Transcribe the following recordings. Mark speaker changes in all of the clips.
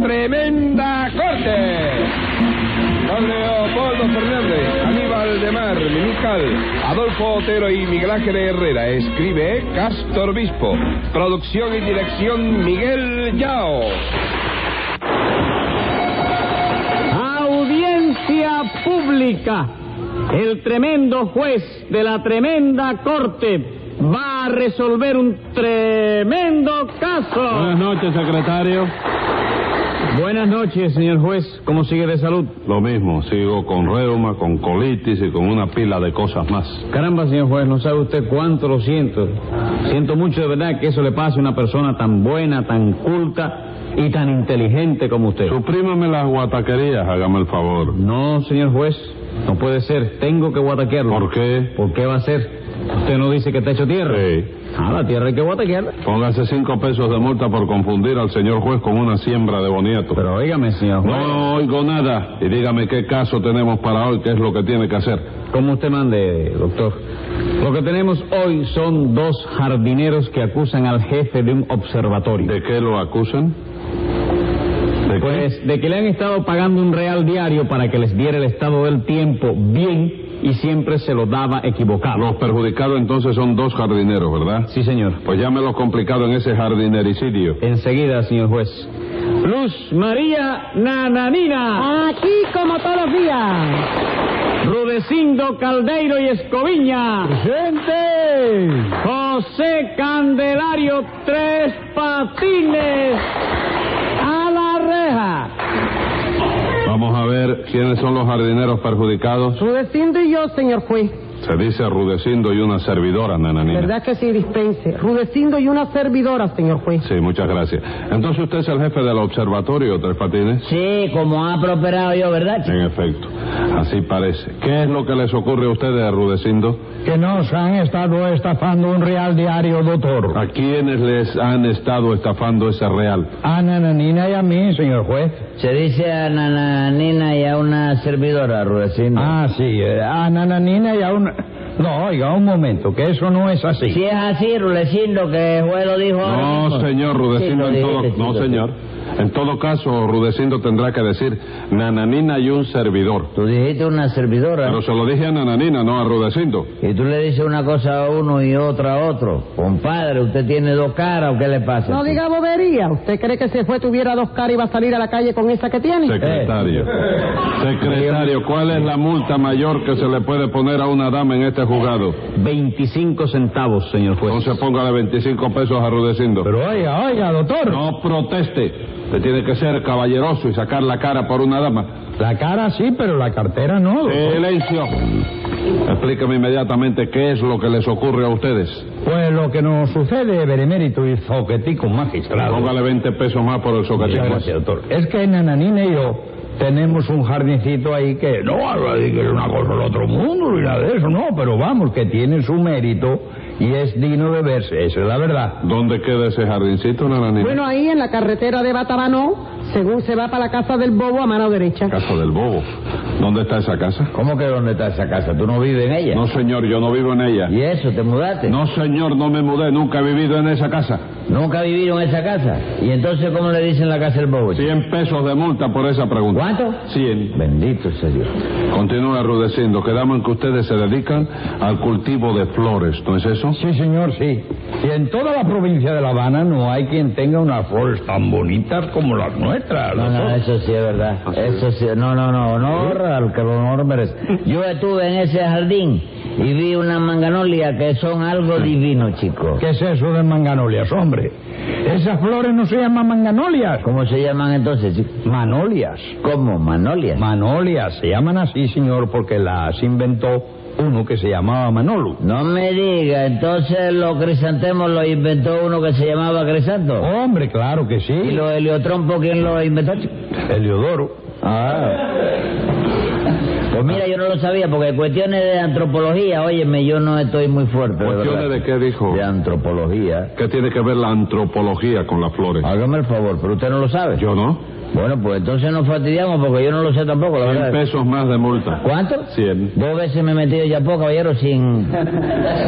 Speaker 1: tremenda corte. Don Leopoldo Fernández, Aníbal de Mar, Minical, Adolfo Otero y Miguel Ángel Herrera. Escribe Castor Bispo. Producción y dirección Miguel Yao.
Speaker 2: Audiencia pública. El tremendo juez de la tremenda corte va a resolver un tremendo
Speaker 3: Buenas
Speaker 2: caso.
Speaker 3: noches, secretario.
Speaker 2: Ah. Buenas noches, señor juez. ¿Cómo sigue de salud?
Speaker 3: Lo mismo, sigo con reuma, con colitis y con una pila de cosas más.
Speaker 2: Caramba, señor juez, no sabe usted cuánto lo siento. Siento mucho de verdad que eso le pase a una persona tan buena, tan culta y tan inteligente como usted.
Speaker 3: Suprímame las guataquerías, hágame el favor.
Speaker 2: No, señor juez, no puede ser. Tengo que guataquearlo.
Speaker 3: ¿Por qué?
Speaker 2: ¿Por qué va a ser? Usted no dice que está hecho tierra.
Speaker 3: Sí.
Speaker 2: Ah, la tierra hay que guataquearla.
Speaker 3: Póngase cinco pesos de multa por confundir al señor juez con una siembra de boniato.
Speaker 2: Pero óigame, señor juez,
Speaker 3: No oigo nada. Y dígame qué caso tenemos para hoy, qué es lo que tiene que hacer.
Speaker 2: como usted mande, doctor. Lo que tenemos hoy son dos jardineros que acusan al jefe de un observatorio.
Speaker 3: ¿De qué lo acusan? ¿De qué?
Speaker 2: Pues de que le han estado pagando un real diario para que les diera el estado del tiempo bien y siempre se lo daba equivocado.
Speaker 3: Los perjudicados entonces son dos jardineros, ¿verdad?
Speaker 2: Sí, señor.
Speaker 3: Pues llámelo complicado en ese jardinericidio.
Speaker 2: Enseguida, señor juez. Luz María Nananina,
Speaker 4: Aquí como todos los días.
Speaker 2: Rudecindo Caldeiro y Escoviña.
Speaker 4: ¡Gente!
Speaker 2: José Candelario Tres Patines a la reja.
Speaker 3: Vamos a ver quiénes son los jardineros perjudicados.
Speaker 4: Rudecindo y yo, señor juez.
Speaker 3: Se dice Rudecindo y una servidora, nananina.
Speaker 4: ¿Verdad que sí, dispense? Rudecindo y una servidora, señor juez.
Speaker 3: Sí, muchas gracias. Entonces usted es el jefe del observatorio, Tres Patines.
Speaker 2: Sí, como ha prosperado yo, ¿verdad?
Speaker 3: En efecto, así parece. ¿Qué es lo que les ocurre a ustedes, Rudecindo?
Speaker 2: Que nos han estado estafando un real diario, doctor.
Speaker 3: ¿A quiénes les han estado estafando ese real?
Speaker 2: A Nananina y a mí, señor juez.
Speaker 5: Se dice a Nananina y a una servidora, Rudecindo.
Speaker 2: Ah, sí, eh, a Nananina y a un... No, oiga, un momento, que eso no es así.
Speaker 5: Si es así, Rudecindo, que el juez lo dijo ahora
Speaker 3: No,
Speaker 5: mismo.
Speaker 3: señor, Rudecindo,
Speaker 5: Sí, lo
Speaker 3: en todo...
Speaker 5: dijiste,
Speaker 3: No,
Speaker 5: sí, lo
Speaker 3: señor. En todo caso, Rudecindo tendrá que decir Nananina y un servidor.
Speaker 5: Tú dijiste una servidora.
Speaker 3: Pero se lo dije a Nananina, no a Rudecindo.
Speaker 5: Y tú le dices una cosa a uno y otra a otro. Compadre, ¿usted tiene dos caras o qué le pasa?
Speaker 4: No diga bobería. ¿Usted cree que si el juez tuviera dos caras iba a salir a la calle con esa que tiene?
Speaker 3: Secretario,
Speaker 2: Eh.
Speaker 3: secretario, ¿cuál es la multa mayor que se le puede poner a una dama en este juzgado?
Speaker 2: 25 centavos, señor juez.
Speaker 3: Entonces póngale 25 pesos a Rudecindo.
Speaker 2: Pues- Pero oiga, oiga, doctor.
Speaker 3: No proteste. Usted tiene que ser caballeroso y sacar la cara por una dama.
Speaker 2: La cara sí, pero la cartera no.
Speaker 3: Silencio. Explícame inmediatamente qué es lo que les ocurre a ustedes.
Speaker 2: Pues lo que nos sucede, Beremérito y Zoquetico Magistrado.
Speaker 3: Póngale 20 pesos más por el socatismo.
Speaker 2: Ah, Muchas gracias, doctor. Es que Nananina y yo tenemos un jardincito ahí que no habla de que es una cosa del otro mundo ni nada de eso, no, pero vamos, que tiene su mérito y es digno de verse, esa es la verdad.
Speaker 3: ¿Dónde queda ese jardincito, Nananina?
Speaker 4: Bueno, ahí en la carretera de Batabanó, según se va para la casa del bobo a mano derecha.
Speaker 3: Casa del Bobo. ¿Dónde está esa casa?
Speaker 5: ¿Cómo que dónde está esa casa? ¿Tú no vives en ella?
Speaker 3: No, señor, yo no vivo en ella.
Speaker 5: ¿Y eso? ¿Te mudaste?
Speaker 3: No, señor, no me mudé, nunca he vivido en esa casa.
Speaker 5: ¿Nunca vivieron en esa casa? ¿Y entonces cómo le dicen la casa del bobo?
Speaker 3: 100 pesos de multa por esa pregunta.
Speaker 5: ¿Cuánto?
Speaker 3: 100.
Speaker 5: Bendito sea Dios.
Speaker 3: Continúa rudeciendo. Quedamos en que ustedes se dedican al cultivo de flores, ¿no es eso?
Speaker 2: Sí, señor, sí. Y en toda la provincia de La Habana no hay quien tenga unas flores tan bonitas como las nuestras.
Speaker 5: No, no, eso sí es verdad. Eso sí, no, no, no, honor al que el honor merece. Yo estuve en ese jardín y vi unas manganolias que son algo divino, chico.
Speaker 2: ¿Qué es eso de manganolias, hombre? Esas flores no se llaman manganolias,
Speaker 5: ¿Cómo se llaman entonces, chico?
Speaker 2: manolias.
Speaker 5: ¿Cómo? Manolias.
Speaker 2: Manolias, se llaman así, señor, porque las inventó uno que se llamaba Manolo.
Speaker 5: no me diga, entonces los crisantemos los inventó uno que se llamaba Crisanto.
Speaker 3: Oh,
Speaker 2: Hombre, claro que
Speaker 5: ¿Y
Speaker 2: sí.
Speaker 5: los heliotrompos quién los inventó, chico? Ah.
Speaker 2: Eliodoro.
Speaker 5: Pues mira, yo no lo sabía, porque en cuestiones de antropología, óyeme, yo no estoy muy fuerte. de
Speaker 3: ¿Cuestiones
Speaker 5: verdad.
Speaker 3: de qué dijo?
Speaker 5: De antropología.
Speaker 3: ¿Qué tiene que ver la antropología con las flores?
Speaker 2: Ah.
Speaker 5: Hágame el favor, pero usted no lo sabe.
Speaker 3: Yo no.
Speaker 2: Bueno, pues entonces nos fastidiamos porque yo no lo sé tampoco, la
Speaker 3: 100
Speaker 2: verdad.
Speaker 3: pesos más de multa.
Speaker 2: ¿Cuánto?
Speaker 3: 100.
Speaker 2: Dos veces me he metido ya poco, caballero, sin...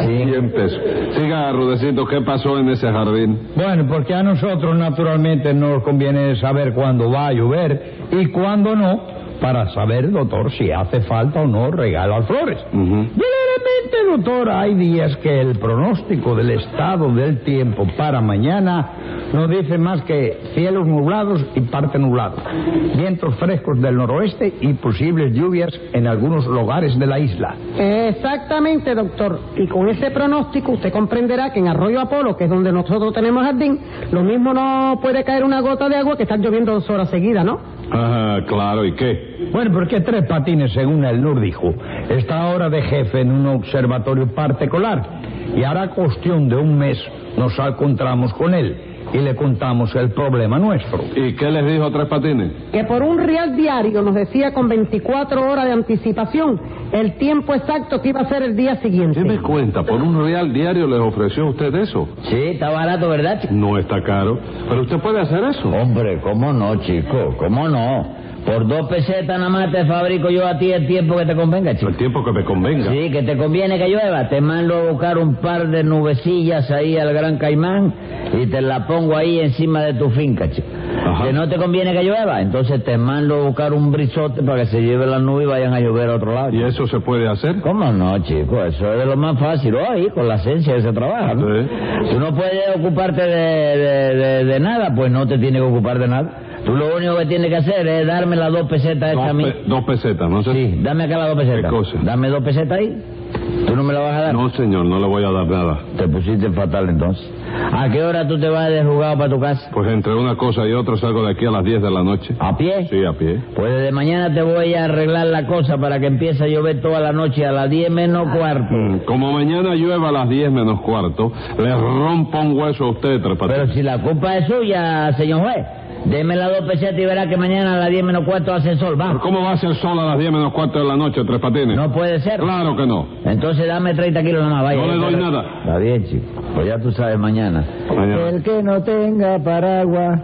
Speaker 2: sin...
Speaker 3: 100 pesos. Siga, Rudecindo, ¿qué pasó en ese jardín?
Speaker 6: Bueno, porque a nosotros naturalmente nos conviene saber cuándo va a llover y cuándo no, para saber, doctor, si hace falta o no regalar flores.
Speaker 3: Ujú.
Speaker 6: Generalmente, doctor, hay días que el pronóstico del estado del tiempo para mañana no dice más que cielos nublados y parte nublado, vientos frescos del noroeste y posibles lluvias en algunos lugares de la isla.
Speaker 4: Exactamente, doctor. Y con ese pronóstico usted comprenderá que en Arroyo Apolo, que es donde nosotros tenemos jardín, lo mismo no puede caer una gota de agua que estar lloviendo dos horas seguidas, ¿no?
Speaker 3: Ajá, claro, ¿y qué?
Speaker 6: Bueno, porque Tres Patines, según el NUR dijo, está ahora de jefe en un observatorio particular y hará cuestión de un mes nos encontramos con él y le contamos el problema nuestro.
Speaker 3: ¿Y qué les dijo Tres Patines?
Speaker 4: Que por un real diario nos decía con 24 horas de anticipación el tiempo exacto que iba a ser el día siguiente.
Speaker 3: ¿Qué me cuenta? ¿Por un real diario les ofreció a usted eso?
Speaker 2: Sí, está barato, ¿verdad? chico?
Speaker 3: No está caro. Pero usted puede hacer eso.
Speaker 2: Hombre, ¿cómo no, chico? ¿Cómo no? Por dos pesetas nada más te fabrico yo a ti el tiempo que te convenga, chico.
Speaker 3: El tiempo que me convenga.
Speaker 2: Sí, que te conviene que llueva. Te mando a buscar un par de nubecillas ahí al Gran Caimán y te la pongo ahí encima de tu finca, chico.
Speaker 3: Ajá.
Speaker 2: Que no te conviene que llueva, entonces te mando a buscar un brisote para que se lleve la nube y vayan a llover a otro lado.
Speaker 3: ¿Y
Speaker 2: chico.
Speaker 3: eso se puede hacer?
Speaker 2: ¿Cómo no, chico? Eso es de lo más fácil. Hoy, con la ciencia que se trabaja, ¿no?
Speaker 3: Sí.
Speaker 2: Tú no puedes ocuparte de, de- de- de nada, pues no te tienes que ocupar de nada. Tú lo único que tienes que hacer es darme las dos pesetas
Speaker 3: Dos,
Speaker 2: estas a mí.
Speaker 3: pe- dos pesetas, no sé.
Speaker 2: Sí, dame acá las dos pesetas.
Speaker 3: ¿Qué cosa?
Speaker 2: Dame dos pesetas ahí. ¿Tú no me las vas a dar?
Speaker 3: No, señor, no le voy a dar nada.
Speaker 2: Te pusiste fatal entonces. ¿A qué hora tú te vas de jugado para tu casa?
Speaker 3: Pues entre una cosa y otra salgo de aquí a las 10 de la noche.
Speaker 2: ¿A pie?
Speaker 3: Sí, a pie.
Speaker 2: Pues desde mañana te voy a arreglar la cosa para que empiece a llover toda la noche a las 10 menos cuarto.
Speaker 3: Mm, Como mañana llueva a las 10 menos cuarto, le rompo un hueso a usted, Tres Patines.
Speaker 2: Pero si la culpa es suya, señor juez, deme las dos pesetas y verá que mañana a las 10 menos cuarto hace sol,
Speaker 3: ¿Pero
Speaker 2: va.
Speaker 3: ¿Cómo va a ser sol a las 10 menos cuarto de la noche, Tres Patines?
Speaker 2: No puede ser.
Speaker 3: Claro que no.
Speaker 2: Entonces dame 30 kilos nomás, vaya.
Speaker 3: No le doy nada.
Speaker 2: Está bien, chico. Pues ya tú sabes mañana.
Speaker 3: Mañana.
Speaker 2: El que no tenga paraguas,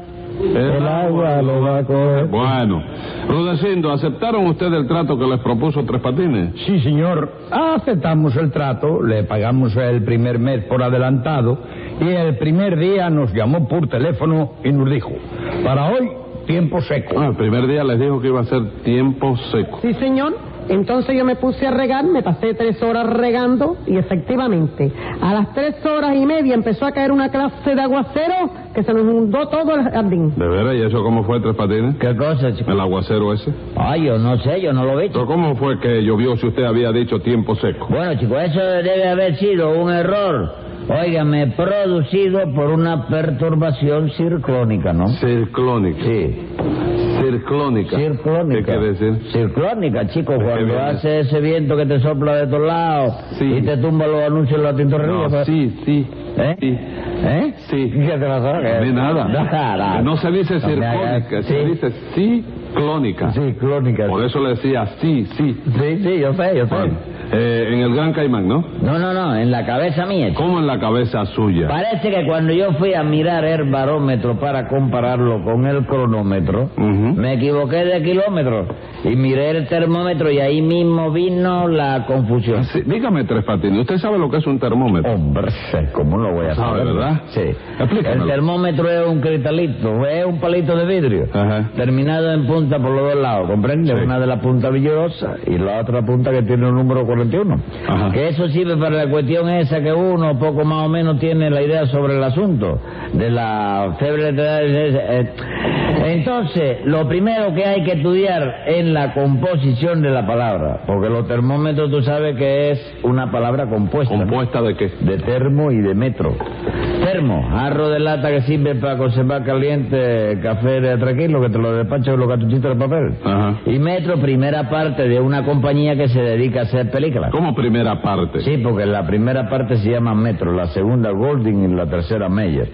Speaker 2: el, agua lo va a coger.
Speaker 3: Bueno. Rudecindo, ¿aceptaron ustedes el trato que les propuso Tres Patines?
Speaker 6: Sí, señor, aceptamos el trato, le pagamos el primer mes por adelantado y el primer día nos llamó por teléfono y nos dijo, para hoy, tiempo seco.
Speaker 3: Ah, el primer día les dijo que iba a ser tiempo seco.
Speaker 4: Sí, señor. Entonces yo me puse a regar, me pasé tres horas regando y efectivamente a las tres horas y media empezó a caer una clase de aguacero que se nos inundó todo el jardín.
Speaker 3: ¿De veras? ¿Y eso cómo fue, Tres Patines?
Speaker 2: ¿Qué cosa, chico?
Speaker 3: ¿El aguacero ese?
Speaker 2: Ay, yo no sé, yo no lo vi. chico.
Speaker 3: ¿Pero cómo fue que llovió si usted había dicho tiempo seco?
Speaker 2: Bueno, chico, eso debe haber sido un error. Óigame, producido por una perturbación circlónica, ¿no?
Speaker 3: Circlónica.
Speaker 2: Sí.
Speaker 3: Circlónica.
Speaker 2: Circlónica.
Speaker 3: ¿Qué quiere decir?
Speaker 2: Circlónica, chico, cuando
Speaker 3: viene?
Speaker 2: hace ese viento que te sopla de todos lados
Speaker 3: Sí.
Speaker 2: y te tumba los anuncios en la tintorería.
Speaker 3: No,
Speaker 2: pues.
Speaker 3: sí, sí.
Speaker 2: ¿Eh?
Speaker 3: Sí.
Speaker 2: ¿Eh?
Speaker 3: Sí.
Speaker 2: ¿Qué te pasó? ¿Qué?
Speaker 3: De nada.
Speaker 2: Eh, Nada.
Speaker 3: No se dice
Speaker 2: No me hagas-
Speaker 3: circlónica, se
Speaker 2: Sí.
Speaker 3: dice ciclónica.
Speaker 2: Circlónica.
Speaker 3: Por eso le decía sí, sí.
Speaker 2: Sí, sí, yo sé, yo sé.
Speaker 3: Bueno, eh, en el Gran Caimán, ¿no?
Speaker 2: No, no, no, en la cabeza mía. chico.
Speaker 3: ¿Cómo en la cabeza suya?
Speaker 2: Parece que cuando yo fui a mirar el barómetro para compararlo con el cronómetro,
Speaker 3: Ujú.
Speaker 2: me equivoqué de kilómetro y miré el termómetro y ahí mismo vino la confusión.
Speaker 3: Sí, dígame, Tres Patines, ¿usted sabe lo que es un termómetro?
Speaker 2: Hombre, sé, ¿cómo lo voy a
Speaker 3: Sabe,
Speaker 2: saber?
Speaker 3: Ah, ¿verdad?
Speaker 2: Sí.
Speaker 3: Explícamelo.
Speaker 2: El termómetro es un cristalito, es un palito de vidrio.
Speaker 3: Ajá.
Speaker 2: Terminado en punta por los dos lados, ¿comprende?
Speaker 3: Sí.
Speaker 2: Una de la punta brillosa y la otra punta que tiene el número 41.
Speaker 3: Ajá.
Speaker 2: Que eso sirve para la cuestión esa que uno poco más o menos tiene la idea sobre el asunto de la fiebre de- eh. Entonces, lo primero que hay que estudiar es la composición de la palabra, porque los termómetros tú sabes que es una palabra compuesta. ¿no?
Speaker 3: ¿Compuesta de qué?
Speaker 2: de termo y de metro. Termo, jarro de lata que sirve para conservar caliente café de tranquilo, que te lo despacho con los cartuchitos de papel.
Speaker 3: Ajá.
Speaker 2: Y metro, primera parte de una compañía que se dedica a hacer películas.
Speaker 3: ¿Cómo primera parte?
Speaker 2: Sí, porque la primera parte se llama Metro, la segunda Golding y la tercera Meyer.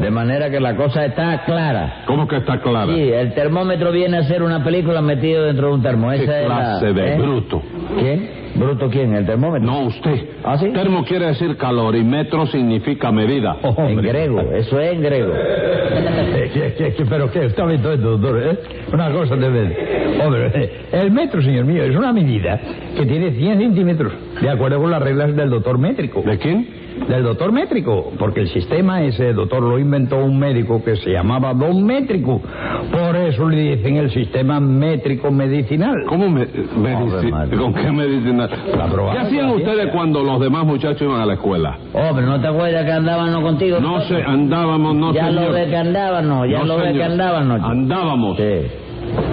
Speaker 2: De manera que la cosa está clara.
Speaker 3: ¿Cómo que está clara?
Speaker 2: Sí, el termómetro viene a ser una película metido dentro de un termo.
Speaker 3: ¿Qué
Speaker 2: Esa es la-
Speaker 3: clase de
Speaker 2: ¿eh?
Speaker 3: bruto?
Speaker 2: ¿Quién? ¿Bruto quién? ¿El termómetro?
Speaker 3: No, usted.
Speaker 2: ¿Ah, sí? Oh,
Speaker 3: Termo quiere decir calor y metro significa medida.
Speaker 2: En
Speaker 6: Hombre.
Speaker 2: griego, eso es en griego.
Speaker 6: Eh, ¿qué, qué, qué, pero qué, está bien todo esto, doctor, ¿eh? Una cosa de ver. Hombre, eh, el metro, señor mío, es una medida que tiene 100 centímetros, de acuerdo con las reglas del doctor métrico.
Speaker 3: ¿De quién?
Speaker 6: Del doctor métrico, porque el sistema ese doctor lo inventó un médico que se llamaba don métrico. Por eso le dicen el sistema métrico medicinal.
Speaker 3: ¿Cómo me, medici-
Speaker 2: madre.
Speaker 3: ¿Con qué medicina?
Speaker 6: probada
Speaker 3: ¿Qué hacían
Speaker 6: la
Speaker 3: ustedes cuando los demás muchachos iban a la escuela?
Speaker 2: Hombre, ¿no te acuerdas que andábamos contigo?
Speaker 3: No
Speaker 2: nosotros?
Speaker 3: sé, andábamos, no
Speaker 2: ya
Speaker 3: señor.
Speaker 2: lo de que andábamos, ya
Speaker 3: No,
Speaker 2: lo de que
Speaker 3: señor.
Speaker 2: andábamos.
Speaker 6: Ah,
Speaker 3: Andábamos.
Speaker 2: Sí.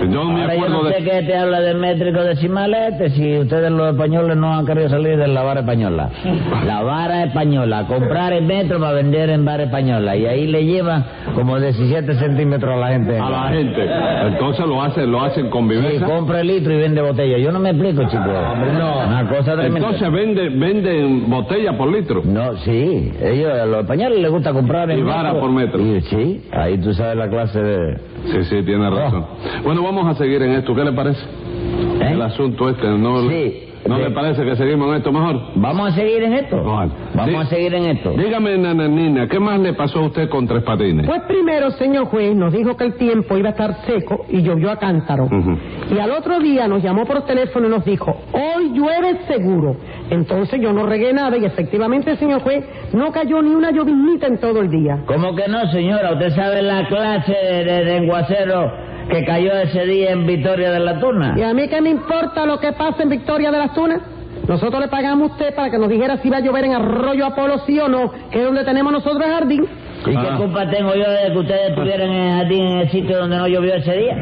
Speaker 3: Yo no me
Speaker 2: Ahora yo
Speaker 3: acuerdo
Speaker 2: no sé
Speaker 3: de...
Speaker 2: qué te habla del métrico decimal este, si ustedes los españoles no han querido salir de la vara española. La vara española, comprar el metro para vender en vara española. Y ahí le llevan como 17 centímetros a la gente.
Speaker 3: A la gente. Entonces lo hacen, lo hacen con
Speaker 2: Sí,
Speaker 3: viveza.
Speaker 2: compra el litro y vende botella. Yo no me explico, chico. no. Una cosa tremenda.
Speaker 3: Ah, Entonces vende, venden botella por litro.
Speaker 2: No, sí. Ellos, a los españoles les gusta comprar en
Speaker 3: Y vara
Speaker 2: metro.
Speaker 3: por metro.
Speaker 2: Y, sí, ahí tú sabes la clase de...
Speaker 3: Sí, sí, tiene
Speaker 2: Oh.
Speaker 3: razón. Bueno, vamos a seguir en esto. ¿Qué le parece?
Speaker 2: ¿Eh?
Speaker 3: El asunto este, ¿no,
Speaker 2: Sí.
Speaker 3: ¿no
Speaker 2: Sí.
Speaker 3: le parece que seguimos en esto mejor?
Speaker 2: Vamos a seguir en esto.
Speaker 3: Vale. Sí.
Speaker 2: Vamos a seguir en esto.
Speaker 3: Dígame, nananina, ¿qué más le pasó a usted con Tres Patines?
Speaker 4: Pues primero, señor juez, nos dijo que el tiempo iba a estar seco y llovió a cántaro.
Speaker 3: Ujú.
Speaker 4: Y al otro día nos llamó por teléfono y nos dijo, hoy llueve seguro. Entonces yo no regué nada y efectivamente, señor juez, no cayó ni una llovinita en todo el día.
Speaker 2: ¿Cómo que no, señora? Usted sabe la clase de, de- de aguacero que cayó ese día en Vitoria de la Tuna.
Speaker 4: ¿Y a mí qué me importa lo que pasa en Victoria de las Tunas? Nosotros le pagamos a usted para que nos dijera si va a llover en Arroyo Apolo sí o no, que es donde tenemos nosotros el jardín.
Speaker 2: ¿Y
Speaker 3: Ah.
Speaker 2: qué culpa tengo yo de que ustedes estuvieran en el jardín en el sitio donde no llovió ese día?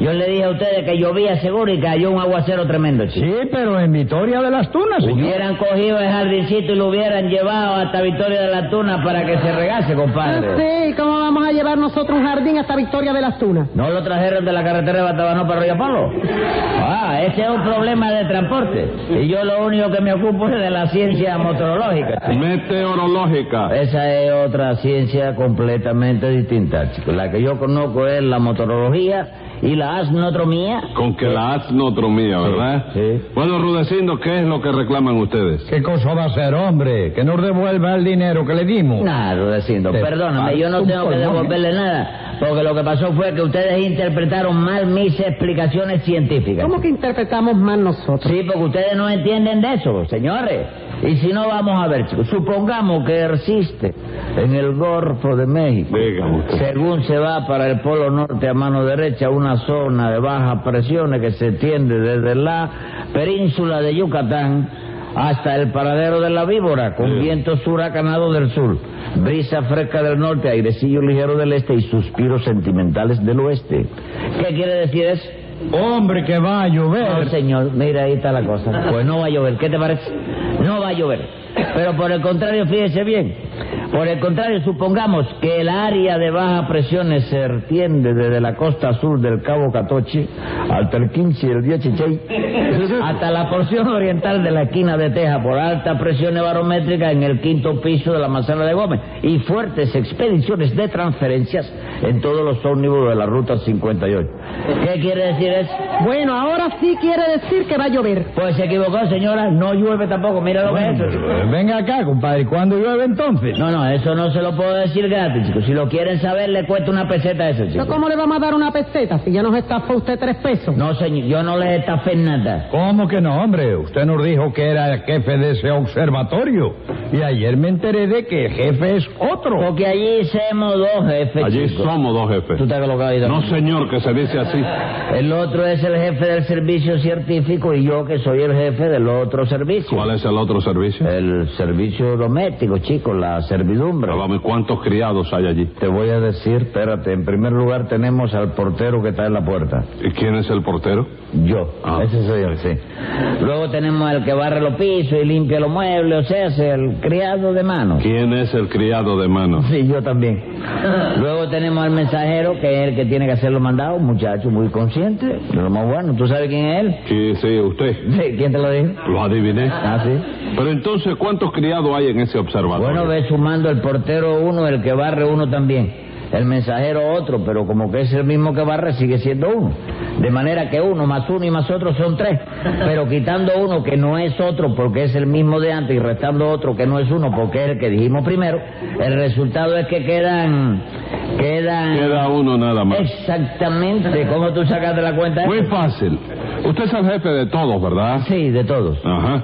Speaker 2: Yo le dije a ustedes que llovía seguro y cayó un aguacero tremendo, chico.
Speaker 6: Sí, pero en Vitoria de las Tunas, señor.
Speaker 2: Hubieran cogido el jardincito y lo hubieran llevado hasta Vitoria de la Tuna para que se regase,
Speaker 4: No
Speaker 2: compadre.
Speaker 4: sé, Ah, ¿cómo vamos a llevar nosotros un jardín hasta Victoria de las Tunas?
Speaker 2: ¿No lo trajeron de la carretera de Batabanó para Río Palo? Ah, ese es un problema de transporte. Y yo lo único que me ocupo es de la ciencia motorológica.
Speaker 3: Meteorológica.
Speaker 2: Esa es otra ciencia completamente distinta, chico. La que yo conozco es la motorología y la asnotromía.
Speaker 3: Con que la asnotromía, ¿verdad?
Speaker 2: sí.
Speaker 3: Bueno, Rudecindo, ¿qué es lo que reclaman ustedes?
Speaker 6: ¿Qué cosa va a ser, hombre? Que nos devuelva el dinero que le dimos.
Speaker 2: Nada, Rudecindo,
Speaker 6: Te
Speaker 2: perdóname, yo no
Speaker 6: parto
Speaker 2: tengo
Speaker 6: un
Speaker 2: que
Speaker 6: pulmón.
Speaker 2: devolverle nada, porque lo que pasó fue que ustedes interpretaron mal mis explicaciones científicas.
Speaker 4: ¿Cómo que interpretamos mal nosotros?
Speaker 2: Sí, porque ustedes no entienden de eso, señores. Y si no, vamos a ver, chicos. Supongamos que existe en el Golfo de México,
Speaker 3: Venga, usted.
Speaker 2: según se va para el Polo Norte a mano derecha, una zona de bajas presiones que se extiende desde la península de Yucatán hasta el paradero de la víbora, con vientos huracanados del sur, brisa fresca del norte, airecillo ligero del este y suspiros sentimentales del oeste. ¿Qué quiere decir eso?
Speaker 6: Hombre, que va a llover.
Speaker 2: No, señor, mira, ahí está la cosa. Pues no va a llover, ¿qué te parece? No va a llover. Pero por el contrario, fíjese bien. Por el contrario, supongamos que el área de baja presiones se extiende desde la costa sur del Cabo Catoche hasta el 15 y el 16, hasta la porción oriental de la esquina de Texas por altas presiones barométricas en el quinto piso de la manzana de Gómez y fuertes expediciones de transferencias en todos los ómnibus de la ruta 58. ¿Qué quiere decir eso?
Speaker 4: Bueno, ahora sí quiere decir que va a llover.
Speaker 2: Pues se equivocó, señora. No llueve tampoco. Mira lo que es eso.
Speaker 6: Eh, Venga acá, compadre. ¿Cuándo llueve entonces?
Speaker 2: No, no, eso no se lo puedo decir gratis, chicos. Si lo quieren saber, le cuesta una peseta a eso,
Speaker 4: ¿Pero
Speaker 2: chicos.
Speaker 4: ¿Cómo le vamos a dar una peseta si ya nos estafó usted tres pesos?
Speaker 2: No, señor, yo no les estafé nada.
Speaker 6: ¿Cómo que no, hombre? Usted nos dijo que era el jefe de ese observatorio. Y ayer me enteré de que el jefe es otro.
Speaker 2: Porque allí somos dos jefes,
Speaker 3: Allí
Speaker 2: chicos.
Speaker 3: somos dos jefes.
Speaker 2: Tú te has colocado ahí
Speaker 3: No,
Speaker 2: también.
Speaker 3: señor, que se dice así.
Speaker 2: El otro es el jefe del servicio científico y yo que soy el jefe del otro servicio.
Speaker 3: ¿Cuál es el otro servicio?
Speaker 2: El servicio doméstico, chicos, la servidumbre.
Speaker 3: Pero vamos, ¿cuántos criados hay allí?
Speaker 2: Te voy a decir, espérate, en primer lugar tenemos al portero que está en la puerta.
Speaker 3: ¿Y quién es el portero?
Speaker 2: Yo,
Speaker 3: Ah.
Speaker 2: ese soy yo, sí. Luego tenemos el que barre los pisos y limpia los muebles, o sea, es el criado de mano.
Speaker 3: ¿Quién es el criado de mano?
Speaker 2: Sí, yo también. Luego tenemos al mensajero, que es el que tiene que hacer los mandados, un muchacho muy consciente, de lo más bueno. ¿Tú sabes quién es él?
Speaker 3: Sí, sí, usted.
Speaker 2: Sí, ¿Quién te lo dijo?
Speaker 3: Lo adiviné.
Speaker 2: Ah, sí.
Speaker 3: Pero entonces, ¿cuántos criados hay en ese observatorio?
Speaker 2: Bueno, ve sumando el portero uno, el que barre uno también. el mensajero otro, pero como que es el mismo que barre, sigue siendo uno. De manera que uno más uno y más otro son tres, pero quitando uno que no es otro porque es el mismo de antes y restando otro que no es uno porque es el que dijimos primero, el resultado es que quedan... Quedan...
Speaker 3: Queda uno nada más.
Speaker 2: Exactamente, ¿cómo tú sacaste la cuenta?
Speaker 3: Muy fácil. Usted es el jefe de todos, ¿verdad?
Speaker 2: Sí, de todos.
Speaker 3: Ajá.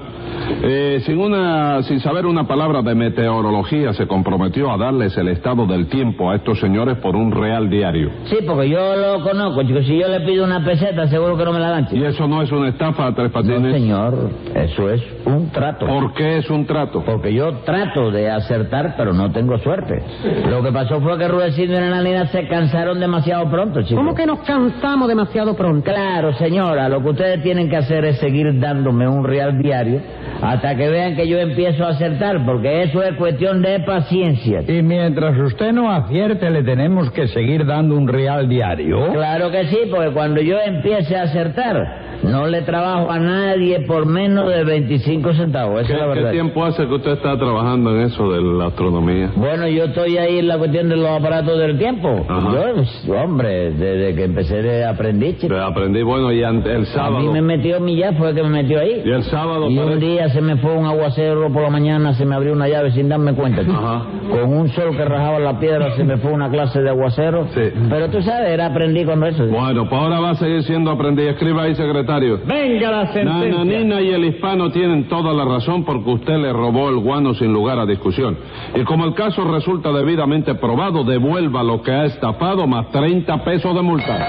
Speaker 3: Eh, sin, una, sin saber una palabra de meteorología, se comprometió a darles el estado del tiempo a estos señores por un real diario.
Speaker 2: Sí, porque yo lo conozco, chico. Si yo le pido una peseta, seguro que no me la dan,
Speaker 3: ¿Y
Speaker 2: chico.
Speaker 3: eso no es una estafa a tres patines?
Speaker 2: No, señor, eso es un trato.
Speaker 3: ¿Por qué es un trato?
Speaker 2: Porque yo trato de acertar, pero no tengo suerte. Lo que pasó fue que Rudecindo y Nananina se cansaron demasiado pronto, chico.
Speaker 4: ¿Cómo que nos cansamos demasiado pronto?
Speaker 2: Claro, señora, lo que ustedes tienen que hacer es seguir dándome un real diario hasta que vean que yo empiezo a acertar, porque eso es cuestión de paciencia.
Speaker 6: Y mientras usted no acierte, le tenemos que seguir dando un real diario.
Speaker 2: Claro que sí, porque cuando yo empiece a acertar, no le trabajo a nadie por menos de 25 centavos. Esa
Speaker 3: ¿Qué,
Speaker 2: es la
Speaker 3: qué
Speaker 2: verdad.
Speaker 3: tiempo hace que usted está trabajando en eso de la astronomía?
Speaker 2: Bueno, yo estoy ahí en la cuestión de los aparatos del tiempo.
Speaker 3: Ajá.
Speaker 2: Yo, pues, hombre, desde que empecé de aprendí, chico.
Speaker 3: Eh, Aprendí, bueno, y ante- el
Speaker 2: A
Speaker 3: sábado.
Speaker 2: mí me metió mi ya, fue que me metió ahí.
Speaker 3: Y el sábado.
Speaker 2: Y un
Speaker 3: parece-
Speaker 2: día se me fue un aguacero por la mañana, se me abrió una llave sin darme cuenta. chico.
Speaker 3: Ajá.
Speaker 2: Con un sol que rajaba la piedra se me fue una clase de aguacero.
Speaker 3: Sí.
Speaker 2: Pero tú sabes, era aprendí con eso. chico.
Speaker 3: Bueno, pues ahora va a seguir siendo aprendiz. Escriba ahí, secretario.
Speaker 7: Venga la sentencia.
Speaker 3: Nananina y el hispano tienen toda la razón porque usted le robó el guano sin lugar a discusión. Y como el caso resulta debidamente probado, devuelva lo que ha estafado más 30 pesos de multa.